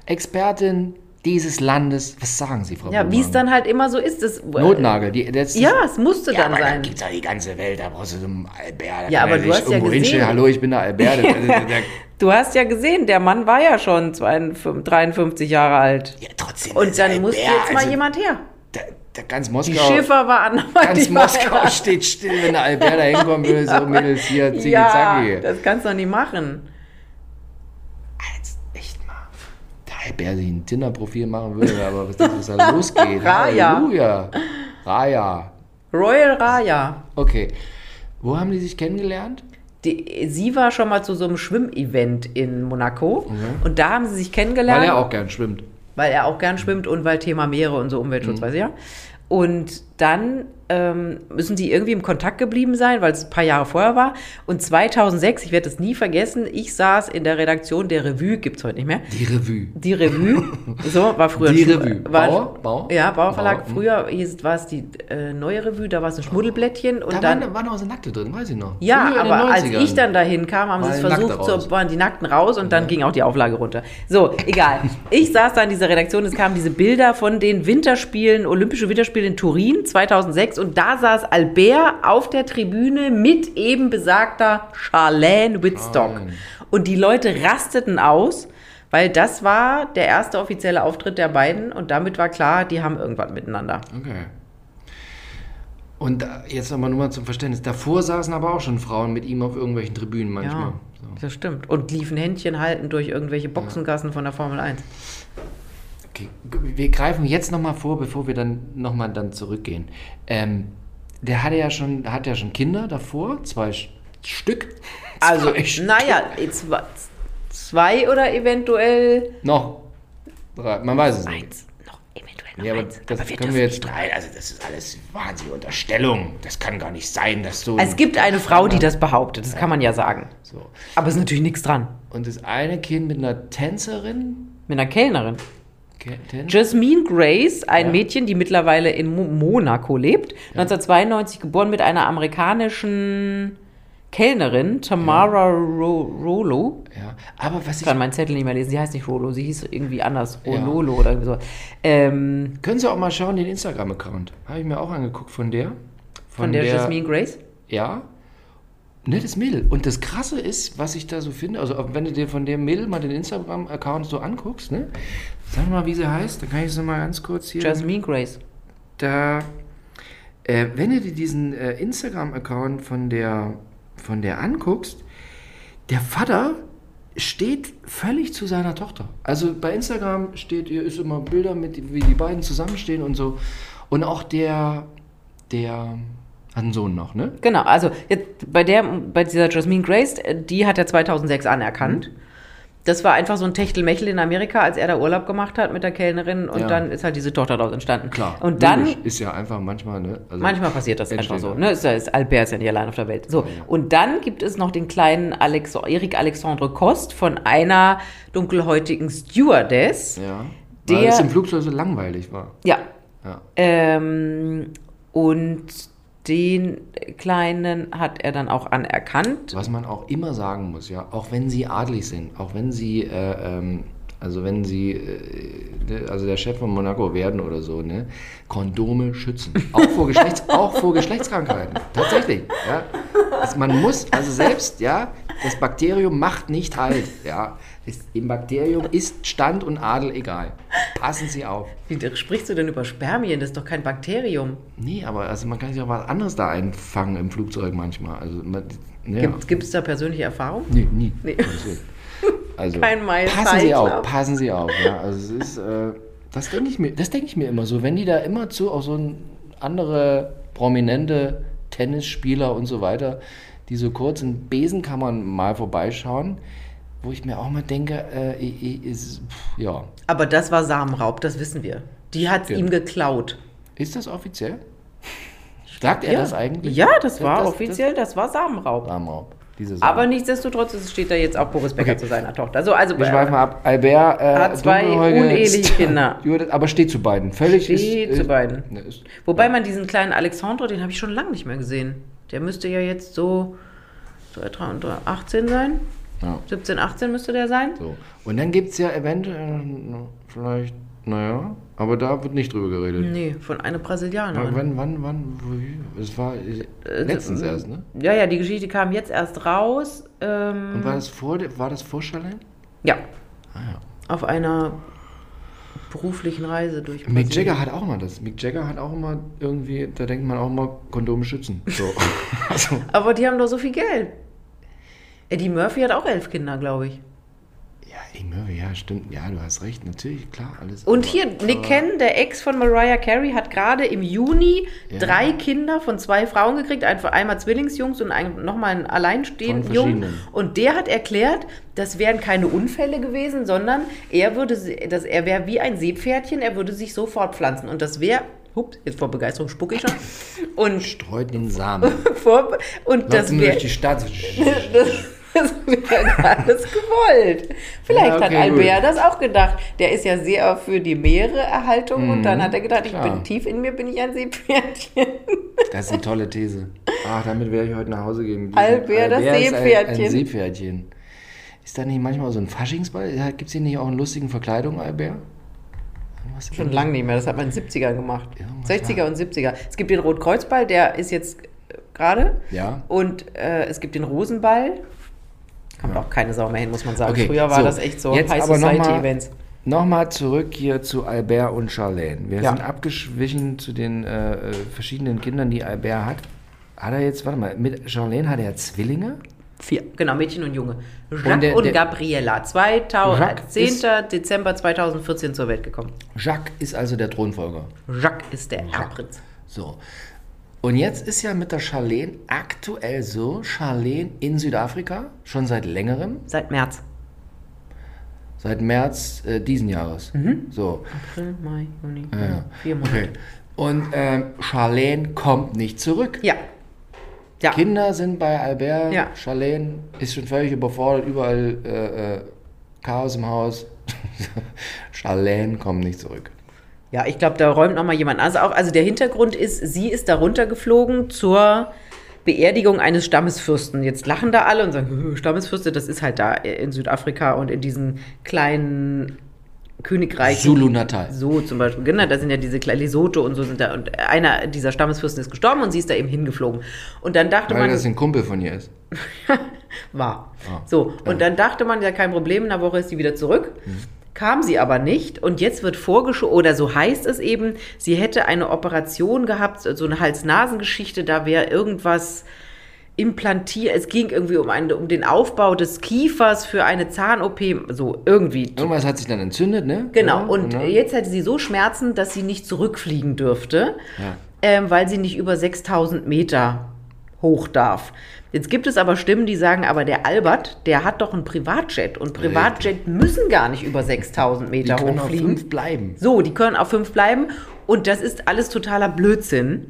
Society-Expertin dieses Landes. Was sagen Sie, Frau Ja, wie es Buhlmann? dann halt immer so ist. Das, Oh Notnagel. Die, das, Ja, es musste dann sein. gibt's ja die ganze Welt, da brauchst du so einen Albert. da Ja, kann aber er du sich hast ja irgendwo gesehen- hinstellen, Hallo, ich bin der Albert. Der- der- der- Du hast ja gesehen, der Mann war ja schon 52, 53 Jahre alt. ja, trotzdem. Und das ist dann musste Albert, jetzt mal also, jemand her. Da, da ganz Die Moskau, Schiffer war ganz anderweitig Moskau verheiratet. steht still, wenn der Albert da hinkommen würde, so Mädels hier, zicki Ja, zacki. das kannst du doch nicht machen. Als echt mal. Der Albert sich ein Tinder-Profil machen würde, aber was ist das, was da losgeht? Raya. Halleluja. Raya. Royal Raya. Okay. Wo haben die sich kennengelernt? Die, sie war schon mal zu so einem Schwimmevent in Monaco. Und da haben sie sich kennengelernt. Mhm. Weil er auch gern schwimmt. weil er auch gern schwimmt und weil Thema Meere und so Umweltschutz, Mhm. weiß ich ja. Und dann ähm, müssen die irgendwie im Kontakt geblieben sein, weil es ein paar Jahre vorher war. Und 2006, ich werde das nie vergessen, ich saß in der Redaktion der Revue, gibt's heute nicht mehr. Die Revue. Die Revue, so war früher. Die ein Schmu- Revue. War, Bauer? Bauer? Ja, Bauerverlag. Bauer, hm. früher hieß, es- war es die äh, neue Revue, da war es ein Schmuddelblättchen. Und Da dann, waren, waren noch so Nackte drin, weiß ich noch. ja, Früher in den aber als 90ern. ich dann dahin kam, haben sie Waren es die Nackten versucht, so, raus. waren die Nackten raus und dann ging auch die Auflage runter. So, egal. Ich saß da in dieser Redaktion, es kamen diese Bilder von den Winterspielen, Olympische Winterspiele in Turin 2006 und da saß Albert auf der Tribüne mit eben besagter Charlene Wittstock. Charlene. Und die Leute rasteten aus, Weil das war der erste offizielle Auftritt der beiden und damit war klar, die haben irgendwas miteinander. Okay. Und da- jetzt nochmal nur mal zum Verständnis. Davor saßen aber auch schon Frauen mit ihm auf irgendwelchen Tribünen manchmal. Ja, das stimmt. Und liefen Händchen halten durch irgendwelche Boxengassen von der Formel 1. Okay. Wir greifen jetzt nochmal vor, bevor wir dann nochmal dann zurückgehen. Ähm, der hatte ja schon, hat ja schon Kinder davor, zwei Sch- Stück. Also, zwei Stück. naja, jetzt war- zwei oder eventuell Noch drei, man weiß es nicht. eins. Noch eventuell noch Ja, aber eins. das aber wir können dürfen wir jetzt. nicht. Nein, also das ist alles wahnsinnige Unterstellung. Das kann gar nicht sein, dass so. Es gibt eine Frau, die das behauptet, das kann man ja sagen. So. Aber es ist natürlich nichts dran. Und das eine Kind mit einer Tänzerin. Mit einer Kellnerin. Ke- Tän- Jasmine Grace, ein Ja. Mädchen, die mittlerweile in Mo- Monaco lebt, 1992 geboren mit einer amerikanischen Kellnerin, Tamara Ro Rolo. Ja. Aber was Ich ich. kann meinen Zettel nicht mehr lesen, sie heißt nicht Rolo, sie hieß irgendwie anders, Ja. Rololo oder irgendwie so. Ähm, Können Sie auch mal schauen, den Instagram-Account. Habe ich mir auch angeguckt von der. von, der, Jasmine Grace? Ja. Nettes Mädel. Und das Krasse ist, was ich da so finde, also auch wenn du dir von dem Mädel mal den Instagram-Account so anguckst, ne? Sag mal, wie sie heißt, dann kann ich es nochmal ganz kurz hier. Jasmine Grace. da, äh, wenn du dir diesen äh, Instagram-Account von der, von der anguckst, der Vater steht völlig zu seiner Tochter. Also bei Instagram steht, ihr ist immer Bilder mit, wie die beiden zusammenstehen und so. Und auch der, der hat einen Sohn noch, ne? Genau, also jetzt bei der, bei dieser Jasmine Grace, äh, die hat er 2006 anerkannt. Mhm. Das war einfach so ein Techtelmechtel in Amerika, als er da Urlaub gemacht hat mit der Kellnerin und Ja. dann ist halt diese Tochter daraus entstanden. Klar. Und dann, logisch. ist ja einfach manchmal, ne? Also manchmal passiert das entsteht einfach so. ja. Ne? Ist, ja- ist Albert ist ja nicht allein auf der Welt. So, und dann gibt es noch den kleinen Alex, Erik Alexandre Kost von einer dunkelhäutigen Stewardess. Ja. Weil Der- es im Flugzeug so langweilig war. Ja. Ja. Ähm, und den kleinen hat er dann auch anerkannt. Was man auch immer sagen muss, ja, auch wenn sie adlig sind, auch wenn sie, äh, ähm, also wenn sie, äh, de- also der Chef von Monaco werden oder so, ne, Kondome schützen. Auch vor, Geschlechts, auch vor Geschlechtskrankheiten. Tatsächlich, ja. Also man muss, also selbst, ja, das Bakterium macht nicht halt, ja. Das, dem Bakterium ist Stand und Adel egal. Passen Sie auf. Wie sprichst du denn über Spermien? Das ist doch kein Bakterium. Nee, aber also man kann sich auch was anderes da einfangen im Flugzeug manchmal. Also, man, ja. Gibt es da persönliche Erfahrung? Nee, nie. Genau. Nee. Also, Kein Meilenstein, passen Sie auf, klar. passen Sie auf. Ja, also es ist, äh, das denke ich mir, das denke ich mir immer so, wenn die da immer zu auch so ein andere prominente Tennisspieler und so weiter, die so kurz in Besenkammern mal vorbeischauen, wo ich mir auch mal denke, äh, ich, ich, ist, pff, ja, Aber das war Samenraub, das wissen wir. Die hat es Ja. ihm geklaut. ist das offiziell? Sagt er ja. das eigentlich? Ja, das war Das- das- offiziell, das, war Samenraub. Samenraub, diese Sache. Aber nichtsdestotrotz es steht da jetzt auch Boris Becker zu seiner Tochter. So, also Wir äh, schweifen ab. Albert äh, Hat zwei dunkelhäutige- uneheliche Kinder. Judith, Aber steht zu beiden. Völlig Steht zu beiden. ne, Ist, wobei man diesen kleinen Alexandro, den habe ich schon lange nicht mehr gesehen. Der müsste ja jetzt so, so etwa unter 18 sein. ja, 17, 18 müsste der sein. so. Und dann gibt es ja eventuell äh, vielleicht, naja, aber da wird nicht drüber geredet. Nee, von einer Wann, Brasilianerin. wann, wann, wann, wo- es war äh, letztens erst, ne? Ja, ja, die Geschichte kam jetzt erst raus. Ähm, Und war das vor, der- war das vor Charlene? Ja, Ah, ja. auf einer beruflichen Reise durch Also, Mick Brasilien. Jagger hat auch mal das. Mick Jagger hat auch immer irgendwie, da denkt man auch immer, Kondome schützen. So. also, Aber die haben doch so viel Geld. Eddie Murphy hat auch elf Kinder, glaube ich. ja, Eddie Murphy, ja, stimmt. Ja, du hast recht, natürlich, klar, alles. Und aber- hier, Nick Cannon, der Ex von Mariah Carey, hat gerade im Juni Ja. drei Kinder von zwei Frauen gekriegt. Ein, einmal Zwillingsjungs und ein, nochmal einen alleinstehenden Von Jungen. verschiedenen. Und der hat erklärt, das wären keine Unfälle gewesen, sondern er würde, se- dass er wäre wie ein Seepferdchen, er würde sich so fortpflanzen. Und das wäre, hups, jetzt vor Begeisterung spucke ich schon. Und, Streut den Samen. vor, und das Lassen wir wäre... durch die Stadt. Das, das wäre gar alles gewollt. Vielleicht Ja, hat okay, Albert gut. das auch gedacht. Der ist ja sehr für die Meereerhaltung und dann hat er gedacht, ich Mhm, klar. bin tief in mir, bin ich ein Seepferdchen. Das ist eine tolle These. Ach, damit werde ich heute nach Hause gehen. Albert, das ist Ein, Seepferdchen. ein Seepferdchen. Ist da nicht manchmal so ein Faschingsball? Gibt es hier nicht auch einen lustigen Verkleidung, Albert? Was ist Schon denn- lange nicht mehr, das hat man in den 70ern gemacht. Irgendwas 60er und 70er. Es gibt den Rotkreuzball, der ist jetzt äh, gerade. Ja. Und äh, es gibt den Rosenball. Kommt auch keine Sau mehr hin, muss man sagen. Okay, Früher war so. das echt so Jetzt High aber noch mal- Society-Events. Nochmal zurück hier zu Albert und Charlene. Wir Ja. sind abgeschwichen zu den äh, äh, verschiedenen Kindern, die Albert hat. Hat er jetzt, warte mal, mit Charlene hat er Zwillinge? Vier. Genau, Mädchen und Junge. Jacques Und und, der- der- Gabriela. 2000, Jacques ist- 10. Dezember 2014 zur Welt gekommen. Jacques ist also der Thronfolger. Jacques ist der Erbprinz. So. Und jetzt ist ja mit der Charlene aktuell so, Charlene in Südafrika, schon seit längerem, Seit März. seit März äh, diesen Jahres. So. April, Mai, Juni. Ja. Mhm. Vier Monate. Okay. Und ähm, Charlene kommt nicht zurück. Ja. Ja. Kinder sind bei Albert, Ja. Charlene ist schon völlig überfordert, überall äh, äh, Chaos im Haus. Charlene kommt nicht zurück. Ja, ich glaube, da räumt nochmal jemand anders auf. Also der Hintergrund ist, sie ist da runtergeflogen zur Beerdigung eines Stammesfürsten. Jetzt lachen da alle und sagen, "Hö, Stammesfürste, das ist halt da in Südafrika und in diesen kleinen Königreichen. Zulu-Natal. So zum Beispiel, genau, da sind ja diese kleinen Lesotho und so sind da. Und einer dieser Stammesfürsten ist gestorben und sie ist da eben hingeflogen. Und dann dachte Weil man, das ein Kumpel von ihr ist. war. Ah, so, und dann dachte man, ja, kein Problem, in einer Woche ist sie wieder zurück. Mhm. Kam sie aber nicht und jetzt wird vorgeschoben, oder so heißt es eben, sie hätte eine Operation gehabt, so eine Hals-Nasen-Geschichte, da wäre irgendwas implantiert, es ging irgendwie um, einen, um den Aufbau des Kiefers für eine Zahn-OP, so irgendwie. Irgendwas hat sich dann entzündet, ne? Genau, Ja, und genau. jetzt hätte sie so Schmerzen, dass sie nicht zurückfliegen dürfte, Ja. ähm, weil sie nicht über 6000 Meter hoch darf. Jetzt gibt es aber Stimmen, die sagen, aber der Albert, der hat doch einen Privatjet und Privatjet müssen gar nicht über 6000 Die Meter können auf hochfliegen. fünf bleiben. So, die können auf fünf bleiben und das ist alles totaler Blödsinn.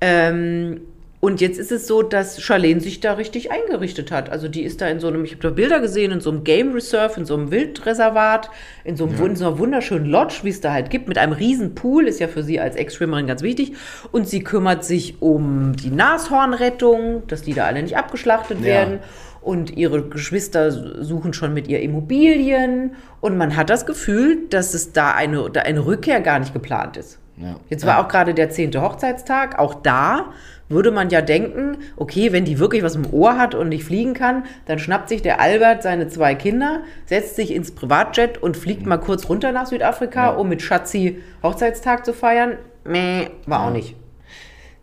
Ähm, und jetzt ist es so, dass Charlene sich da richtig eingerichtet hat. Also die ist da in so einem, ich habe da Bilder gesehen, in so einem Game Reserve, in so einem Wildreservat, in so, einem, wun- in so einer wunderschönen Lodge, wie es da halt gibt, mit einem riesen Pool, ist ja für sie als Ex-Schwimmerin ganz wichtig. Und sie kümmert sich um die Nashornrettung, dass die da alle nicht abgeschlachtet Ja. werden. Und ihre Geschwister suchen schon mit ihr Immobilien. Und man hat das Gefühl, dass es da eine, da eine Rückkehr gar nicht geplant ist. Ja. Jetzt war auch gerade der zehnte Hochzeitstag. Auch da würde man ja denken, okay, wenn die wirklich was im Ohr hat und nicht fliegen kann, dann schnappt sich der Albert seine zwei Kinder, setzt sich ins Privatjet und fliegt mal kurz runter nach Südafrika, um mit Schatzi Hochzeitstag zu feiern. Meh, war auch nicht.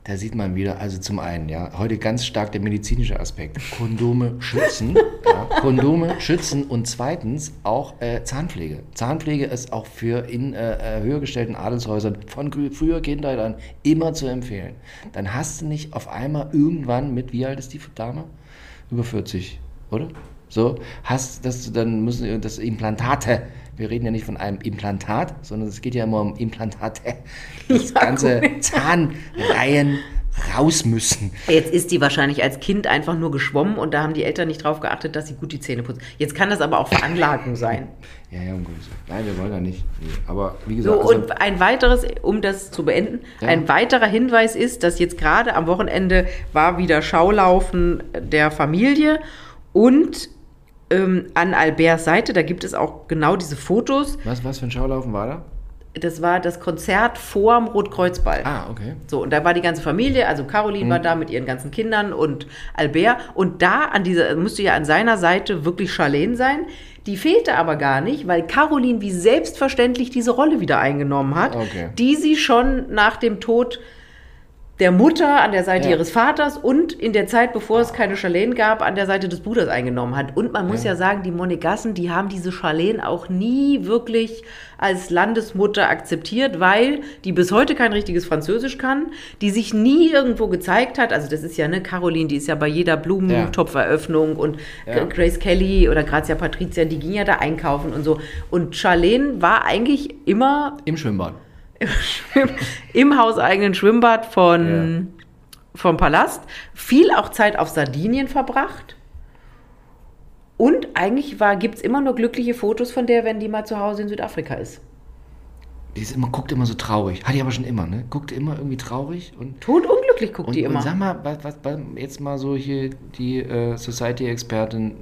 Da sieht man wieder, also zum einen, ja, heute ganz stark der medizinische Aspekt. Kondome schützen. ja, Kondome schützen und zweitens auch äh, Zahnpflege. Zahnpflege ist auch für in äh, äh, höher gestellten Adelshäusern von grü- früher Kindheit an immer zu empfehlen. Dann hast du nicht auf einmal irgendwann mit, wie alt ist die Dame? Über 40, oder? So, hast, dass du dann müssen, äh, das Implantate, wir reden ja nicht von einem Implantat, sondern es geht ja immer um Implantate, das ganze Zahnreihen raus müssen. Jetzt ist die wahrscheinlich als Kind einfach nur geschwommen und da haben die Eltern nicht drauf geachtet, dass sie gut die Zähne putzen. Jetzt kann das aber auch Veranlagung sein. Ja, ja, um Gottes Willen. Nein, wir wollen ja nicht. Nee, Aber wie gesagt, So, also, und ein weiteres, um das zu beenden, Ja. ein weiterer Hinweis ist, dass jetzt gerade am Wochenende war wieder Schaulaufen der Familie und ähm, an Alberts Seite, da gibt es auch genau diese Fotos. was, was für ein Schaulaufen war da? Das war das Konzert vorm Rotkreuzball. Ah, okay. So, und da war die ganze Familie, also Caroline Mhm. war da mit ihren ganzen Kindern und Albert. Und da an dieser, müsste ja an seiner Seite wirklich Charlene sein. Die fehlte aber gar nicht, weil Caroline wie selbstverständlich diese Rolle wieder eingenommen hat, Okay. die sie schon nach dem Tod der Mutter an der Seite Ja. ihres Vaters und in der Zeit, bevor es keine Charlene gab, an der Seite des Bruders eingenommen hat. Und man muss ja, sagen, die Monegassen, die haben diese Charlene auch nie wirklich als Landesmutter akzeptiert, weil die bis heute kein richtiges Französisch kann, die sich nie irgendwo gezeigt hat. Also das ist ja, ne, Caroline, die ist ja bei jeder Blumentopferöffnung und Ja. Grace Kelly oder Grazia Patricia, die ging ja da einkaufen und so. Und Charlene war eigentlich immer Im Schwimmbad. im hauseigenen Schwimmbad von, vom Palast. Viel auch Zeit auf Sardinien verbracht. Und eigentlich gibt es immer nur glückliche Fotos von der, wenn die mal zu Hause in Südafrika ist. Die ist immer, guckt immer so traurig. Hat die aber schon immer, ne? Guckte immer irgendwie traurig und Tot unglücklich guckt Und, die und sag immer. mal, was, was, was, jetzt mal so hier die äh, Society-Expertin.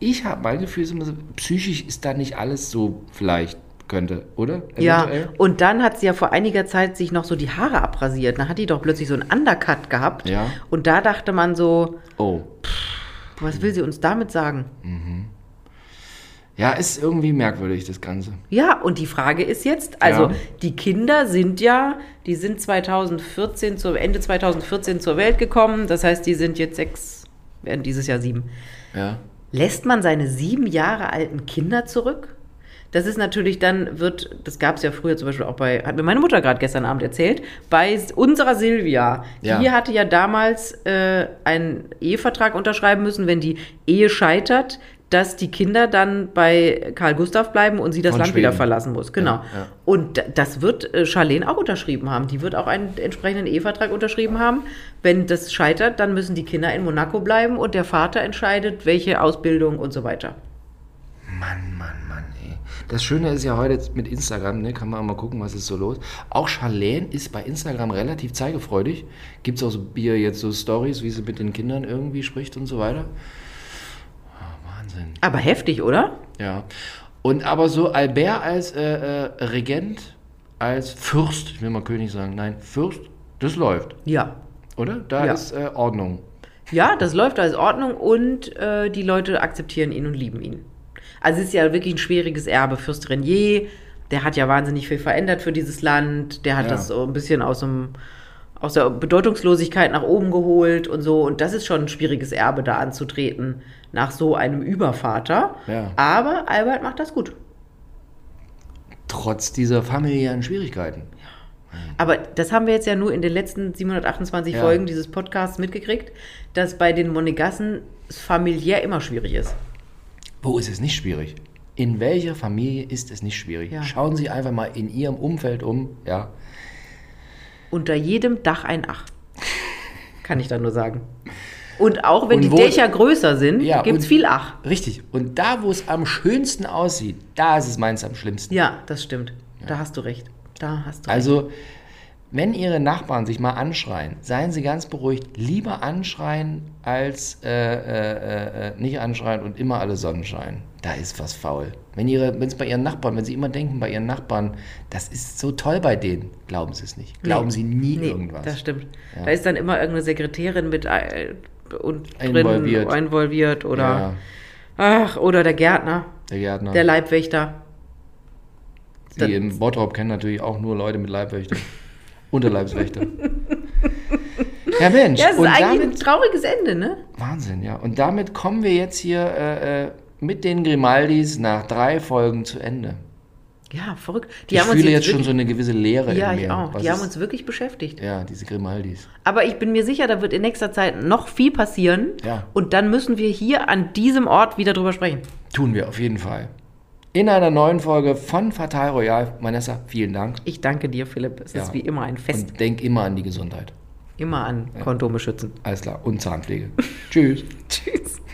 Ich habe mein Gefühl, ist immer so, psychisch ist da nicht alles so vielleicht könnte, oder? Ja, Eventuell? und dann hat sie ja vor einiger Zeit sich noch so die Haare abrasiert. Dann hat die doch plötzlich so einen Undercut gehabt. Ja. Und da dachte man so, Oh. Was will sie uns damit sagen? Ja, ist irgendwie merkwürdig, das Ganze. Ja, und die Frage ist jetzt, also Ja. die Kinder sind ja, die sind 2014 zur Ende 2014 zur Welt gekommen, das heißt, die sind jetzt sechs, werden dieses Jahr sieben. Ja. Lässt man seine sieben Jahre alten Kinder zurück? Das ist natürlich dann, wird, das gab es ja früher zum Beispiel auch bei, hat mir meine Mutter gerade gestern Abend erzählt, bei s- unserer Silvia. Ja. Die hatte ja damals äh, einen Ehevertrag unterschreiben müssen, wenn die Ehe scheitert, dass die Kinder dann bei Karl Gustav bleiben und sie das Von Land wieder Schweden. verlassen muss. Genau. Ja, ja. Und d- das wird äh, Charlene auch unterschrieben haben. Die wird auch einen entsprechenden Ehevertrag unterschrieben haben. Wenn das scheitert, dann müssen die Kinder in Monaco bleiben und der Vater entscheidet, welche Ausbildung und so weiter. Mann, Mann, Mann, ey. Das Schöne ist ja heute jetzt mit Instagram, ne, kann man mal gucken, was ist so los. Auch Charlene ist bei Instagram relativ zeigefreudig. Gibt es auch so Bier jetzt so Stories, wie sie mit den Kindern irgendwie spricht und so weiter. Ah, Wahnsinn. Aber heftig, oder? Ja. Und aber so Albert als äh, äh, Regent, als Fürst, ich will mal König sagen, nein, Fürst, das läuft, Ja. oder? Da Ja. ist äh, Ordnung. Ja, das läuft alles in Ordnung und äh, die Leute akzeptieren ihn und lieben ihn. Also es ist ja wirklich ein schwieriges Erbe. Fürst Renier, der hat ja wahnsinnig viel verändert für dieses Land. Der hat Ja. das so ein bisschen aus, dem, aus der Bedeutungslosigkeit nach oben geholt und so. Und das ist schon ein schwieriges Erbe, da anzutreten nach so einem Übervater. Ja. Aber Albert macht das gut. Trotz dieser familiären Schwierigkeiten. Aber das haben wir jetzt ja nur in den letzten 728 Ja. Folgen dieses Podcasts mitgekriegt, dass bei den Monegassen es familiär immer schwierig ist. Wo ist es nicht schwierig? In welcher Familie ist es nicht schwierig? Ja. Schauen Sie einfach mal in Ihrem Umfeld um. Ja. Unter jedem Dach ein Ach. Kann ich da nur sagen. Und auch wenn Und die wo- Dächer größer sind, Ja, gibt's gibt es und- viel Ach. Richtig. Und da, wo es am schönsten aussieht, da ist es meins am schlimmsten. Ja, das stimmt. Da hast du recht. Da hast du recht. Also, wenn Ihre Nachbarn sich mal anschreien, seien Sie ganz beruhigt. Lieber anschreien als äh, äh, äh, äh, nicht anschreien und immer alle Sonnenschein. Da ist was faul. Wenn es bei Ihren Nachbarn, wenn Sie immer denken bei Ihren Nachbarn, das ist so toll bei denen, glauben Sie es nicht. Glauben Nee. Sie nie Nee, irgendwas. Das stimmt. Da ist dann immer irgendeine Sekretärin mit äh, und drin Involviert. involviert oder Ja, ach, oder der Gärtner, der Gärtner. der Leibwächter. Die im Bottrop kennen natürlich auch nur Leute mit Leibwächter. Unterleibswächter. ja, Mensch. Ja, es ist und eigentlich damit, ein trauriges Ende, ne? Wahnsinn, ja. Und damit kommen wir jetzt hier äh, äh, mit den Grimaldis nach drei Folgen zu Ende. Ja, verrückt. ich fühle jetzt schon wirklich, so eine gewisse Leere Ja, in mir. ich auch. Was Die haben ist- uns wirklich beschäftigt. ja, diese Grimaldis. Aber ich bin mir sicher, da wird in nächster Zeit noch viel passieren. Ja. Und dann müssen wir hier an diesem Ort wieder drüber sprechen. Tun wir auf jeden Fall. In einer neuen Folge von Fatal Royal. Vanessa, vielen Dank. Ich danke dir, Philipp. Es Ja. ist wie immer ein Fest. Und denk immer an die Gesundheit. immer an Kondome schützen. Alles klar. Und Zahnpflege. Tschüss. Tschüss.